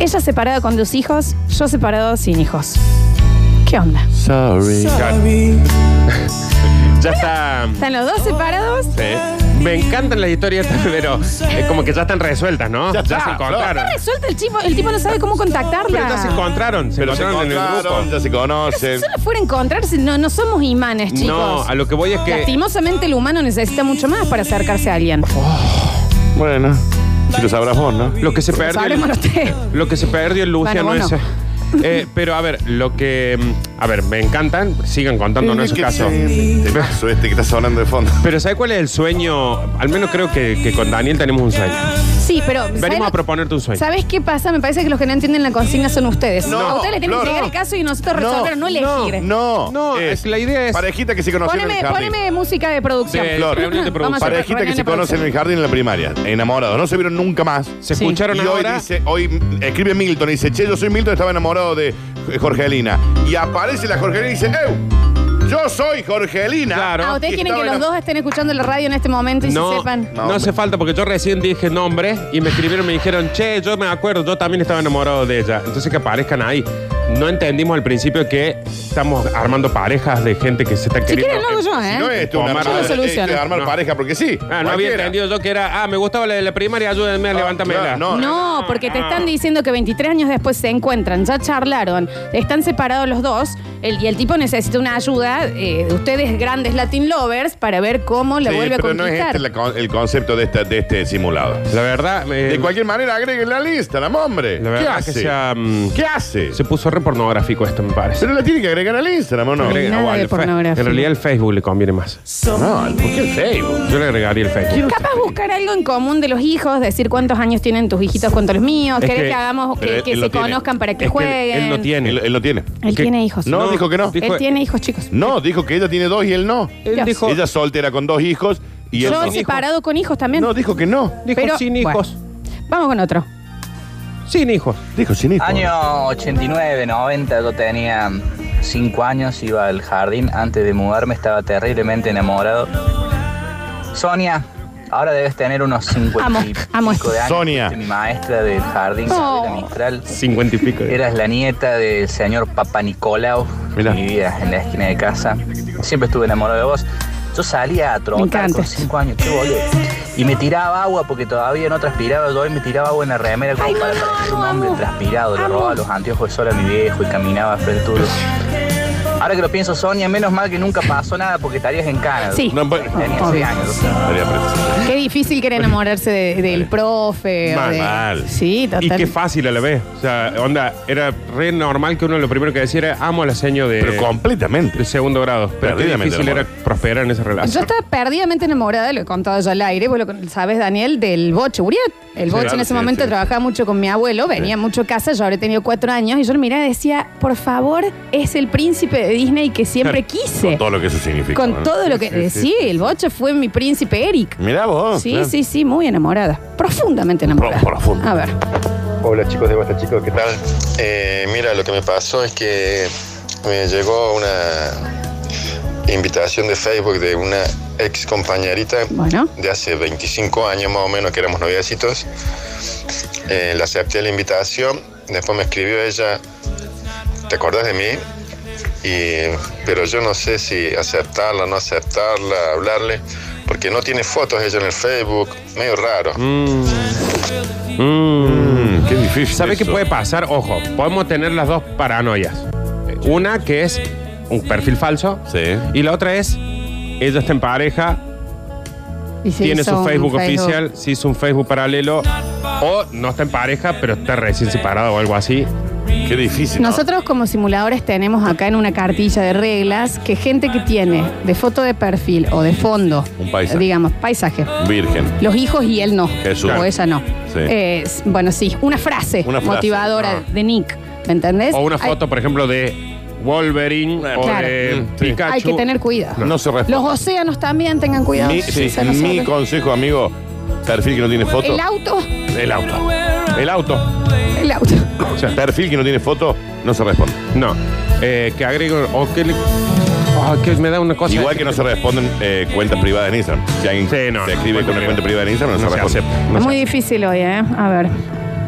A: Ella separada con dos hijos, yo separado sin hijos. ¿Qué onda?
C: Sorry.
B: Claro. Ya está.
A: ¿Están los dos separados?
B: Sí. Me encantan las historias, pero es como que ya están resueltas, ¿no?
C: Ya está,
B: se encontraron.
A: Está resuelto el tipo, el tipo no sabe cómo
B: Pero ya se
A: contactarla.
B: encontraron, se
C: Pero se
B: encontraron en el grupo.
C: encontraron, ya se
A: Si
C: conocen.
A: solo fuera a encontrarse, no, no somos imanes, chicos.
B: No, a lo que voy es que.
A: Lastimosamente el humano necesita mucho más para acercarse a alguien.
C: Bueno, si lo sabrás vos, ¿no?
B: Lo que se perdió.
A: Sabremos usted.
B: Lo que se perdió en Lucia
A: Bueno,
B: no
A: vos
B: es. Eh, pero a ver, lo que. mm, A ver, me encantan, sigan contando no esos casos.
C: Te paso este que estás hablando de fondo.
B: Pero ¿sabes cuál es el sueño? Al menos creo que, que con Daniel tenemos un sueño.
A: Sí, pero.
B: Venimos a proponerte un sueño.
A: ¿Sabes qué pasa? Me parece que los que no entienden la consigna son ustedes.
C: No,
A: a ustedes les tienen
C: Flor,
A: que llegar
C: no.
A: el caso y nosotros resolver, no, elegir.
C: No,
B: No, es- la idea es-
C: Parejita que se conocieron en
A: Poneme,
C: el jardín.
A: poneme música de producción.
B: Sí,
C: Flor.
B: reunión de
A: Vamos a hacer
C: Parejita que
A: reunión
C: se
A: de
C: conocen en el jardín en la primaria, enamorados, no se vieron nunca más.
B: Se
A: Sí.
B: escucharon
C: Y hoy
B: ahora.
C: dice, hoy escribe Milton y dice, che, yo soy Milton, estaba enamorado de eh, Jorgelina. Y aparece la Jorgelina y dice, ¡Ew! Yo soy Jorgelina.
B: Claro.
A: Ah, ustedes
C: Y
A: quieren que
C: estaba
A: los dos estén escuchando la radio en este momento y
B: No,
A: se sepan.
B: no, hace falta porque yo recién dije nombre y me escribieron me dijeron, che, yo me acuerdo, yo también estaba enamorado de ella. Entonces que aparezcan ahí. No entendimos al principio que estamos armando parejas de gente que se está
A: Si
B: queriendo.
A: quieren, lo hago yo, ¿eh?
C: enamorado. No es esto, una
B: Omar,
A: Yo lo
C: eh,
A: soluciono.
C: eh, armar
B: No.
C: pareja, porque sí.
B: Ah, no había
C: cualquiera.
B: entendido yo que era, ah, me gustaba la de la primaria, ayúdenme a
C: Ah,
B: levantarme
C: claro, no.
A: No, porque te están diciendo que 23 años después se encuentran, ya charlaron, están separados los dos el- y el tipo necesita una ayuda eh, de ustedes, grandes Latin lovers, para ver cómo la
C: Sí,
A: vuelve a
C: pero no es
A: conquistar.
C: este la con- el concepto de, esta- de este simulado.
B: La verdad, eh,
C: De cualquier manera, agreguen la lista, la hombre.
B: La verdad
C: ¿Qué
B: que
C: hace?
B: sea, mm,
C: ¿Qué hace?
B: se puso re pornográfico esto, me parece.
C: Pero la tiene que agregar al Instagram, ¿o no?
B: Agrega-
A: Nada
B: o al
A: de
B: Fe-
A: pornografía.
B: En realidad el Facebook le conviene más.
C: No, ¿por qué el Facebook?
B: Yo le agregaría el Facebook.
A: Capaz buscar algo en común de los hijos, decir cuántos años tienen tus hijitos, cuántos los míos,
B: Es
A: querés que,
B: que-
A: hagamos
C: pero
A: que,
C: él-
A: que
C: él
A: se
C: lo tiene.
A: conozcan para que
B: Es
A: jueguen.
B: que él, él no tiene.
C: Él, él no tiene.
A: Él
B: que-
A: tiene hijos.
C: No, dijo que no.
A: él tiene hijos, chicos.
C: No, dijo que ella tiene dos y él no.
B: Él
A: Dios.
B: dijo,
C: Ella soltera con dos hijos y
A: Yo
C: él no.
B: hijo.
A: separado con hijos también.
C: No, dijo que no.
B: dijo
A: Pero,
B: sin hijos.
A: Vamos con otro.
B: Sin hijos.
C: Dijo sin hijos.
I: Año 89, 90, yo tenía 5 años, iba al jardín. Antes de mudarme estaba terriblemente enamorado. Sonia, ahora debes tener unos 50
A: Amo,
I: y
A: amo
I: pico de años.
C: Sonia.
I: Fuiste Mi maestra del jardín,
A: Oh.
I: Gabriela Mistral.
B: Cincuenta y pico.
I: Eras la nieta del señor Papa Nicolau.
C: Mirá.
I: Vivías en la esquina de casa. Siempre estuve enamorado de vos. Yo salía a trotar
A: encanta.
I: con 5 años, qué boludo. Y me tiraba agua porque todavía no transpiraba. Yo hoy me tiraba agua en la remera como
A: Ay, no,
I: para
A: no,
I: parecer
A: amo,
I: un hombre
A: amo.
I: transpirado. Le
A: Amo.
I: robaba los anteojos de sol a mi viejo y caminaba frente duro. Ahora que lo pienso, Sonia, menos mal que nunca pasó nada porque estarías en Canadá.
A: Sí.
C: No, bueno,
I: Tenías
A: Obvio.
I: 6 años.
C: estaría preso.
A: Qué difícil que era enamorarse de- del profe. o
B: Mal,
A: de-
C: mal.
A: Sí, total.
B: Y qué fácil a la vez. O sea, onda, era re normal que uno lo primero que decía era amo a la seño de,
C: Pero completamente.
B: de segundo grado. Pero qué
C: Perdidamente
B: difícil era
C: enamorado.
B: prosperar en esa
A: Yo
B: relación.
A: estaba perdidamente enamorada, lo he contado yo al aire, vos lo con- sabes, Daniel, del boche Uriet. El boche
C: claro,
A: en ese
C: sí,
A: momento
C: sí.
A: trabajaba mucho con mi abuelo, venía mucho a casa, yo habré tenido cuatro años, y yo lo miraba y decía, por favor, es el príncipe de Disney que siempre quise.
C: Con todo lo que eso significa.
A: Con
C: ¿no?
A: todo lo que. eh, Sí, el boche fue mi príncipe Eric.
C: Mirá vos.
A: Sí,
C: claro.
A: sí, sí, muy enamorada. Profundamente enamorada.
C: Pro- profundo.
A: A ver.
J: Hola chicos de Basta Chicos, ¿qué tal? Eh, mira, lo que me pasó es que me llegó una invitación de Facebook de una ex compañerita
A: Bueno.
J: de hace 25 años más o menos, que éramos noviecitos. Eh, le acepté la invitación, después me escribió ella, ¿te acordás de mí? Y, pero yo no sé si aceptarla, no aceptarla, hablarle, porque no tiene fotos ella en el Facebook, medio raro.
C: Mm, qué difícil.
B: ¿Sabes qué
C: eso.
B: puede pasar? Ojo, podemos tener las dos paranoias. Una que es un perfil falso
C: Sí.
B: y la otra es ella está en pareja,
A: Y se
B: tiene
A: hizo
B: su
A: un
B: Facebook, oficial, se hizo un Facebook paralelo o no está en pareja pero está recién separada o algo así.
C: Qué difícil. ¿no?
A: Nosotros como simuladores tenemos acá en una cartilla de reglas que gente que tiene de foto de perfil o de fondo,
C: Un paisaje.
A: digamos, paisaje,
C: Virgen.
A: los hijos y él no,
C: Jesús.
A: o ella no.
C: Sí.
A: Eh, s- bueno, sí, una frase,
C: Una frase,
A: motivadora de Nick, ¿me entendés?
B: O una
A: Hay-
B: foto, por ejemplo, de Wolverine o
A: Claro. Mm,
B: de
C: Sí.
B: Pikachu.
A: Hay, que tener cuidado.
C: No se
A: Los
C: responde.
A: océanos también tengan cuidado.
C: Mi,
A: Sí,
C: sí,
A: se nos
C: mi
A: sabe.
C: consejo, amigo, perfil que no tiene foto.
A: el auto,
C: El auto. El auto.
A: el auto.
B: O sea,
C: Perfil que no tiene foto, no se responde.
B: no. Eh, que agrego. O que le- Ah, que me da una cosa.
C: Igual que no se responden eh, cuentas privadas en Instagram. Si alguien
B: Sí, no,
C: se
B: no, cuenta
C: escribe con una
B: privada.
C: cuenta privada en Instagram, no,
B: No
C: se
B: se
C: responde.
B: acepta.
A: Muy difícil hoy, ¿eh? A ver.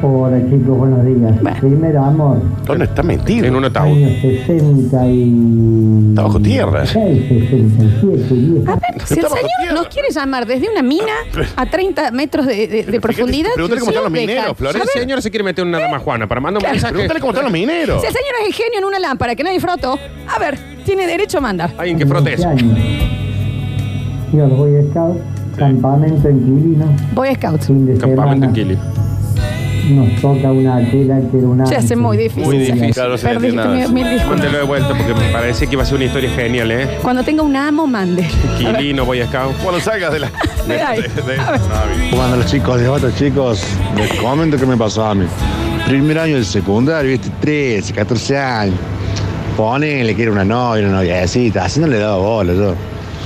K: Hola chicos, buenos días. Primer amor.
C: ¿Dónde está metido? En un
K: Años 60 y... Está
C: bajo tierra.
K: 67, viejo.
A: A ver, si el señor nos quiere llamar desde una mina a 30 metros de, de- de profundidad.
B: Pregúntale cómo
A: sí
B: están los
A: lo deja.
B: mineros, Flores.
A: A ver,
B: El señor se quiere meter en una dama Juana para mandar un
A: Claro.
B: mensaje.
A: Pregúntale cómo están los
C: mineros.
A: Si el señor es el genio en una lámpara que nadie frotó, a ver, tiene derecho a mandar.
B: Alguien que frote eso.
K: Yo los voy a estar. Campamento en Quilino.
A: Voy a Scout.
B: Campamento en Quilino.
K: Nos toca una aquela que era una...
A: Se hace muy difícil.
B: Muy
A: se hace.
B: difícil.
A: Perdí, mil- mil disculpas.
B: Mándelo de vuelta porque me parece que va a ser una historia genial, ¿eh?
A: Cuando tenga un amo, mande.
B: Quilino, Boy Scout.
C: Cuando salgas de la.
A: De ahí. A ver.
L: Cuando los chicos de otros chicos, les comento que me pasó a mí. Primer año del secundario, viste, 13, 14 años. Ponele que era una novia, una noviecita, así no le daba bola yo.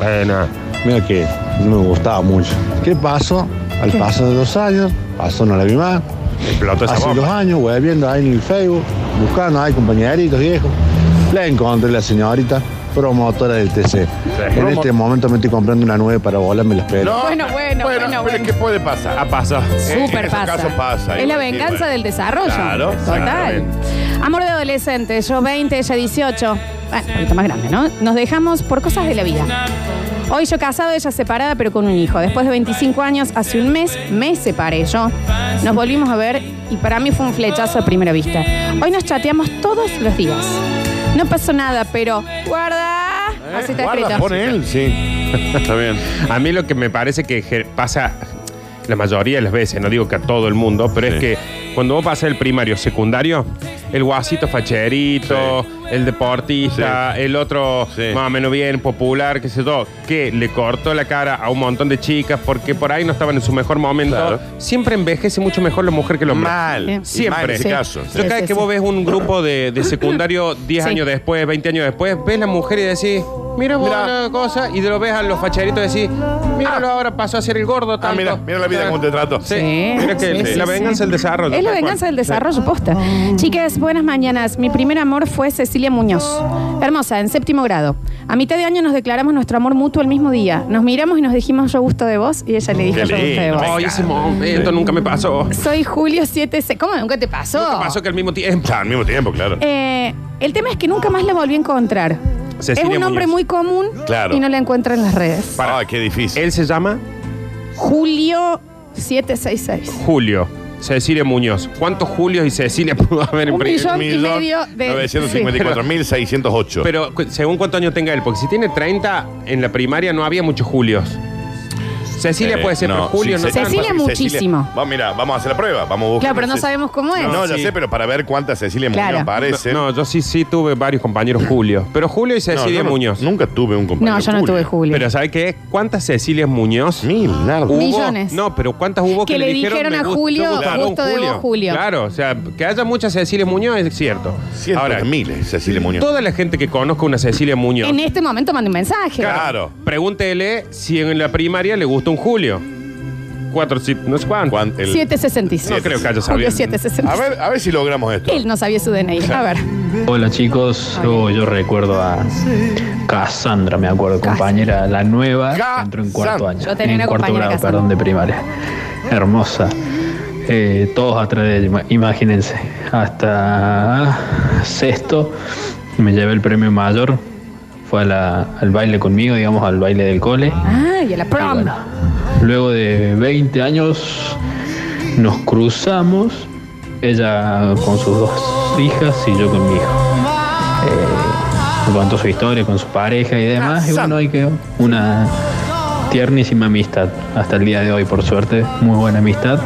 L: Bueno. Mira que no me gustaba mucho. ¿Qué pasó? Al
M: ¿Qué?
L: paso de dos años, pasó, no la vi más.
C: esa
L: Hace
C: bomba.
L: dos años, voy viendo ahí en el Facebook, buscando, hay compañeritos viejos. La encontré la señorita, promotora del TC. en
C: promo-
L: este momento me estoy comprando una nueve para volarme las pelas.
A: Bueno, bueno, bueno,
C: pero ¿qué puede pasar?
B: Ha pasado.
A: Súper pasa. Es la venganza del desarrollo.
C: pues. Claro,
A: Total. Amor de adolescente, yo 20, ella 18. Bueno, un poquito más grande, ¿no? Nos dejamos por cosas de la vida. Hoy yo casado, ella separada, pero con un hijo. Después de 25 años, hace un mes, me separé yo. Nos volvimos a ver y para mí fue un flechazo a primera vista. Hoy nos chateamos todos los días. No pasó nada, pero Eh, guarda. Así está escrito.
B: él, sí. Está bien. A mí lo que me parece que ge- pasa la mayoría de las veces, no digo que a todo el mundo, pero es que cuando vos pasas el primario, secundario, el guasito facherito, el deportista, el otro más o menos bien popular, qué sé yo, que le cortó la cara a un montón de chicas porque por ahí no estaban en su mejor momento. Siempre envejece mucho mejor la mujer que el hombre.
C: Mal.
B: Siempre.
C: Mal en ese caso.
B: Yo cada vez que vos ves un grupo de, de secundario 10
C: Sí.
B: años después, 20 años después, ves la mujer y decís, mira vos
C: Mira. Ah.
B: una cosa, y te lo ves a los facheritos y decís, míralo ahora, pasó a ser el gordo tanto. Ah.
C: mira, mira la vida como te trato.
B: Sí. Mira que
C: Sí, sí,
B: la
C: sí.
B: venganza es el desarrollo.
A: Es la
B: tal cual.
A: venganza del desarrollo, posta. Chicas, buenas mañanas. Mi primer amor fue Cecilia Muñoz. Hermosa, en séptimo grado. A mitad de año nos declaramos nuestro amor mutuo el mismo día. Nos miramos y nos dijimos yo gusto de vos y ella le dijo
B: Qué
A: yo gusto de
B: lindo.
A: vos.
B: Ay, ese momento nunca me pasó.
C: Ah.
A: Soy Julio 7C. ¿Cómo? ¿Nunca te pasó?
B: Nunca pasó que al mismo tiempo. al mismo tiempo, claro.
A: Eh, el tema es que nunca más la volví a encontrar.
B: Cecilia
A: es un nombre
B: Muñoz.
A: muy común
B: Claro.
A: y no la encuentro en las redes.
B: Para, qué difícil. Él se llama
A: Julio 766.
B: Julio. Cecilia Muñoz. ¿Cuántos Julios y Cecilia pudo haber en
A: Un
B: pri-
A: millón y medio de-
C: 954.608.
B: Pero cu- según cuántos años tenga él, porque si tiene 30, en la primaria no había muchos Julios. Cecilia
C: Eh,
B: puede ser, pero
C: no,
B: Julio
C: sí,
B: no
C: Cecilia-
B: tanto.
A: Cecilia muchísimo.
C: Vamos, mira, vamos a hacer la prueba. Vamos a buscar.
A: Claro, pero no
C: Ceci-
A: sabemos cómo es.
C: No, ya sé, pero para ver cuántas Cecilia
A: Claro.
C: Muñoz aparecen.
B: No, yo sí, sí tuve varios compañeros Julio. Pero Julio y Cecilia
C: yo no-
B: Muñoz.
C: Nunca tuve un
A: No, yo no tuve Julio.
B: Pero ¿sabes qué? ¿Cuántas Cecilias Muñoz?
C: Mil,
B: Hubo?
A: Millones.
B: No, pero ¿cuántas hubo que,
A: Que le dijeron
B: "Me
A: a
B: gust-
A: Julio,
B: me gustó
A: gusto de vos, Julio?
B: Claro, o sea, que haya muchas Cecilias Muñoz es cierto.
C: Cientos de miles, Cecilia Muñoz.
B: Toda la gente que conozco una Cecilia Muñoz.
A: En este momento manda un mensaje.
B: Claro. Pregúntele si en la primaria le gusta un Julio. Cuatro, si- no sé cuánto.
A: 766.
B: No creo que haya
A: Julio
B: sabido.
A: 766.
C: A ver, a ver si logramos esto.
A: Él no sabía su DNI. A ver.
N: Hola chicos, yo, yo recuerdo a Cassandra, me acuerdo, compañera, la nueva, que entró en cuarto año.
A: Yo tenía
N: en
A: una
N: cuarto
A: compañera
N: grado,
A: Cassandra.
N: perdón, de primaria. Hermosa. Eh, todos atrás de ella, ima- imagínense. Hasta sexto me llevé el premio mayor. Fue a la- al baile conmigo, digamos, al baile del cole.
A: Ah, y a la prom.
N: Luego de 20 años nos cruzamos, ella con sus dos hijas y yo con mi hijo. Eh, me contó su historia con su pareja y demás, y bueno, ahí quedó una tiernísima amistad hasta el día de hoy, por suerte, muy buena amistad.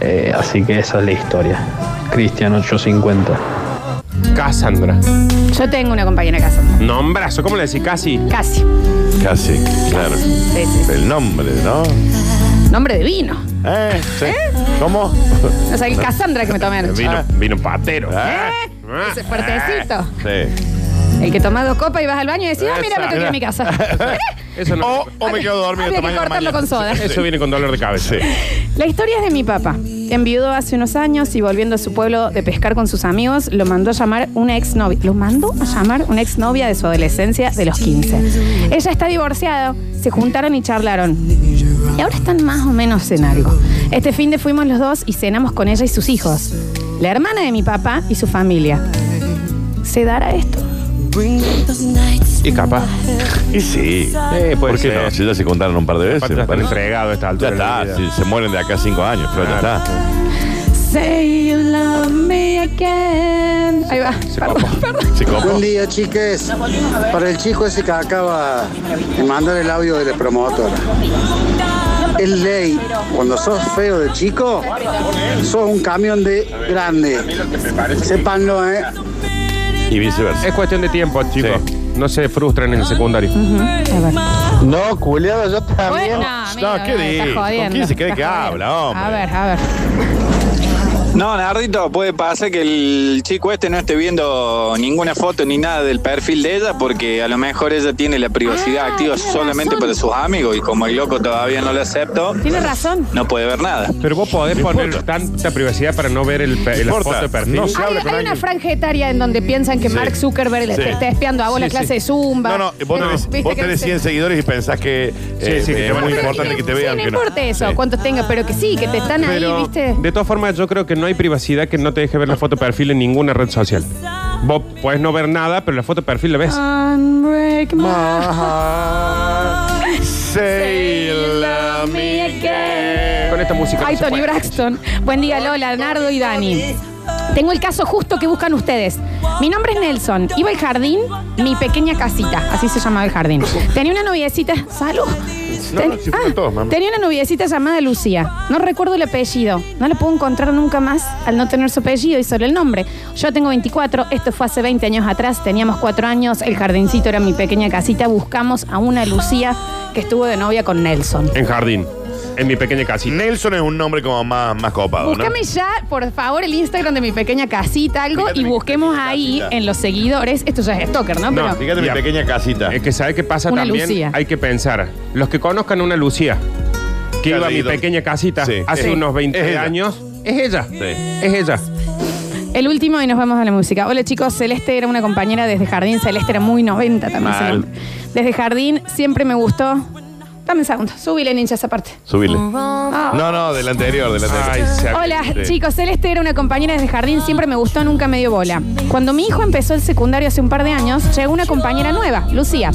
N: Eh, así que esa es la historia. Cristian 850.
B: Cassandra.
A: Yo tengo una compañera Cassandra.
B: Nombrazo, ¿cómo le decís? Casi.
A: Casi.
C: Casi, claro.
A: Sí, sí.
C: El nombre, ¿no?
A: Nombre de vino.
C: ¿Eh? Sí. ¿Cómo? Ah.
A: O sea, el Cassandra que me tomé anoche.
C: Vino,
B: vino patero.
A: ¿Eh? Ese fuertecito.
C: Sí.
A: El que toma dos copas y vas al baño y decís, ah, mira, me tengo que ir a mi casa. ¿Eh?
B: Eso no.
C: O, o me quedo
A: Habría
C: dormido esta
A: que
C: mañana.
A: cortarlo con soda.
B: Eso viene con dolor de cabeza.
A: La historia es de mi papá. Enviudó hace unos años y volviendo a su pueblo de pescar con sus amigos, lo mandó a llamar una exnovia. Lo mandó a llamar una exnovia de su adolescencia de los 15. Ella está divorciada, se juntaron y charlaron. Y ahora están más o menos en algo. Este fin de fuimos los dos y cenamos con ella y sus hijos. La hermana de mi papá y su familia. ¿Se dará esto?
B: Y capaz.
C: Y sí.
B: Eh, puede
C: ¿Por qué
B: ser.
C: no? Si ya se contaron un par de veces.
B: Aparte ya están
C: parece.
B: entregados a esta altura
C: Ya
B: de la
C: está.
B: vida.
C: Si se mueren de acá cinco años, pero ya
B: Claro.
C: está.
A: Say you love me again. Ahí va. Perdón, perdón.
M: Buen día, chiques. Para el chico ese que acaba de mandar el audio de la promotora. Es ley, cuando sos feo de chico, sos un camión de grande. Sépanlo, ¿eh?
B: Y viceversa. Es cuestión de tiempo, chicos. No se frustren en el secundario.
M: No, culiado, yo
A: también. Bueno,
C: ¿qué dice? ¿Con quién se cree que habla, hombre?
A: A ver, a ver.
O: No, Nardito, puede pasar que el chico este no esté viendo ninguna foto ni nada del perfil de ella porque a lo mejor ella tiene la privacidad activa solamente para sus amigos y como el loco todavía no lo acepto,
A: Tiene razón.
O: no puede ver nada.
B: Pero vos podés poner tanta privacidad para no ver el, pe- la
C: importa,
B: foto de perfil.
C: no se
A: Hay, hay una franja etaria en donde piensan que
C: Sí.
A: Mark Zuckerberg les
C: Sí.
A: está espiando a vos
C: Sí,
A: la
C: sí.
A: clase de Zumba.
C: No, no, vos
A: Eh,
C: tenés,
A: viste
C: vos
A: que
C: tenés
A: se-
C: 100 seguidores y pensás que eh,
B: sí, que te
C: es
B: van a
C: muy
B: ver.
C: importante que te
A: Sí,
C: vean.
A: no
C: que
A: importa eso,
C: Sí.
A: cuántos tenga, pero que sí, que te están
B: Pero,
A: ahí, ¿viste?
B: De todas formas, yo creo que no hay privacidad que no te deje ver la foto de perfil en ninguna red social. Vos podés no ver nada, pero la foto de perfil la ves.
A: Ah. Unbreak my
C: Say love me again.
B: Con esta música.
A: Ay, Tony Braxton. Buen día, Lola, Nardo y Dani. Tengo el caso justo que buscan ustedes. Mi nombre es Nelson. Iba al jardín, mi pequeña casita. Así se llamaba el jardín. Tenía una noviecita. Salud.
C: No, no, si fueron todos, mami.
A: Tenía una noviecita llamada Lucía. No recuerdo el apellido. No la puedo encontrar nunca más al no tener su apellido y solo el nombre. Yo tengo 24. Esto fue hace 20 años atrás. Teníamos 4 años. El jardincito era mi pequeña casita. Buscamos a una Lucía que estuvo de novia con Nelson.
B: En jardín. En mi pequeña casita.
C: Nelson es un nombre como más, más copado, ¿no?
A: Búscame ya, por favor, el Instagram de mi pequeña casita, algo, y busquemos ahí en los seguidores. Esto ya es stalker, ¿no?
B: No,
A: Pero
C: mi pequeña casita.
B: Es que sabe qué pasa
A: Una
B: también.
A: Lucía.
B: Hay que pensar. Los que conozcan una Lucía, que
C: Ya
B: iba a mi
C: leído.
B: pequeña casita
C: Sí.
B: hace
C: Sí.
B: unos 20
C: Es ella.
B: años, es ella. Es ella.
A: el último y nos vamos a la música. Hola chicos, Celeste era una compañera desde Jardín. Celeste era muy 90 también.
C: Mal.
A: Celeste. Desde Jardín siempre me gustó. Dame un segundo, súbile, ninja, esa parte.
C: Subile.
A: Ah.
C: No, no, del anterior, del anterior.
A: Hola
C: Sí.
A: chicos, Celeste era una compañera desde jardín, siempre me gustó, nunca me dio bola. Cuando mi hijo empezó el secundario hace un par de años, llegó una compañera nueva, Lucía.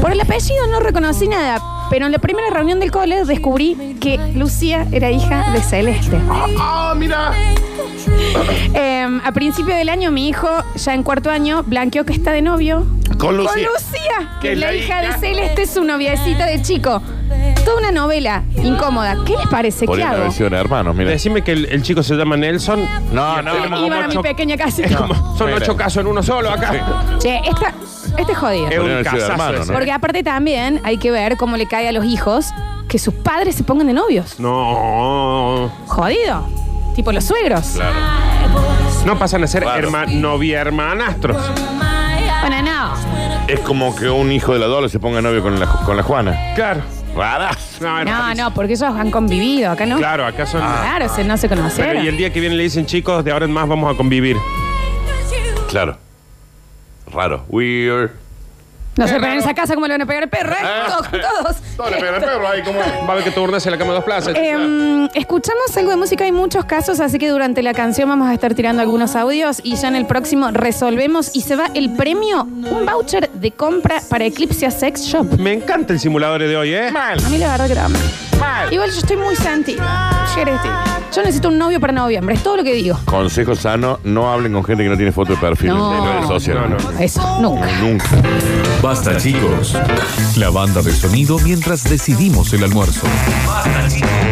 A: Por el apellido no reconocí nada, pero en la primera reunión del cole descubrí que Lucía era hija de Celeste.
C: ¡Ah, mira!
A: Eh, a principio del año mi hijo, ya en cuarto año, blanqueó que está de novio.
C: Con Lucía.
A: Con Lucía, que
C: Que
A: es la
C: la
A: hija de Celeste, su noviecita de chico. Toda una novela incómoda. ¿Qué les parece? ¿Qué
C: Podrían
A: hago?
C: haber sido hermanos, mira.
B: Decime que el, el chico se llama Nelson.
C: No,
B: no,
A: Iban a mi pequeña casa.
B: Son ocho casos en uno solo acá.
A: Che, esta, este es jodido.
B: Es un
C: Podrían haber sido
B: casazo
C: hermanos,
B: ese.
C: ¿no?
A: Porque aparte también hay que ver cómo le cae a los hijos que sus padres se pongan de novios.
B: No.
A: Jodido. Tipo los suegros.
B: No pasan a ser herma- novia hermanastros.
A: Bueno, no.
C: Es como que un hijo de la Dole se ponga novio con la, con la Juana.
B: Claro.
C: Raras.
B: No,
A: No, no, porque ellos han convivido, acá no. Ah.
B: Claro, acá son.
A: Claro, se, no se
B: Pero,
A: conocieron.
B: y el día que viene le dicen, chicos, de ahora en más vamos a convivir.
C: Claro. Raro. Weird.
A: No se pegan en esa casa como le van a pegar el perro. ¿eh? Todos, todos.
C: No, le pegan al perro ahí como.
B: Va a ver que tú urnas en la cama de dos plazas.
A: Em, escuchamos algo de música, hay muchos casos, así que durante la canción vamos a estar tirando algunos audios y ya en el próximo resolvemos y se va el premio, un voucher de compra para Eclipse Sex Shop.
B: Me encanta el simulador de hoy, ¿eh?
A: A mí la verdad que era mal. Igual yo estoy muy sentida. ¿Qué querés decir? Yo necesito un novio para noviembre, es todo lo que digo.
C: Consejo sano: no hablen con gente que no tiene foto de perfil
A: No.
C: en redes sociales.
A: Eso, nunca.
C: Nunca.
P: Basta chicos. La banda de sonido mientras decidimos el almuerzo. Basta chicos.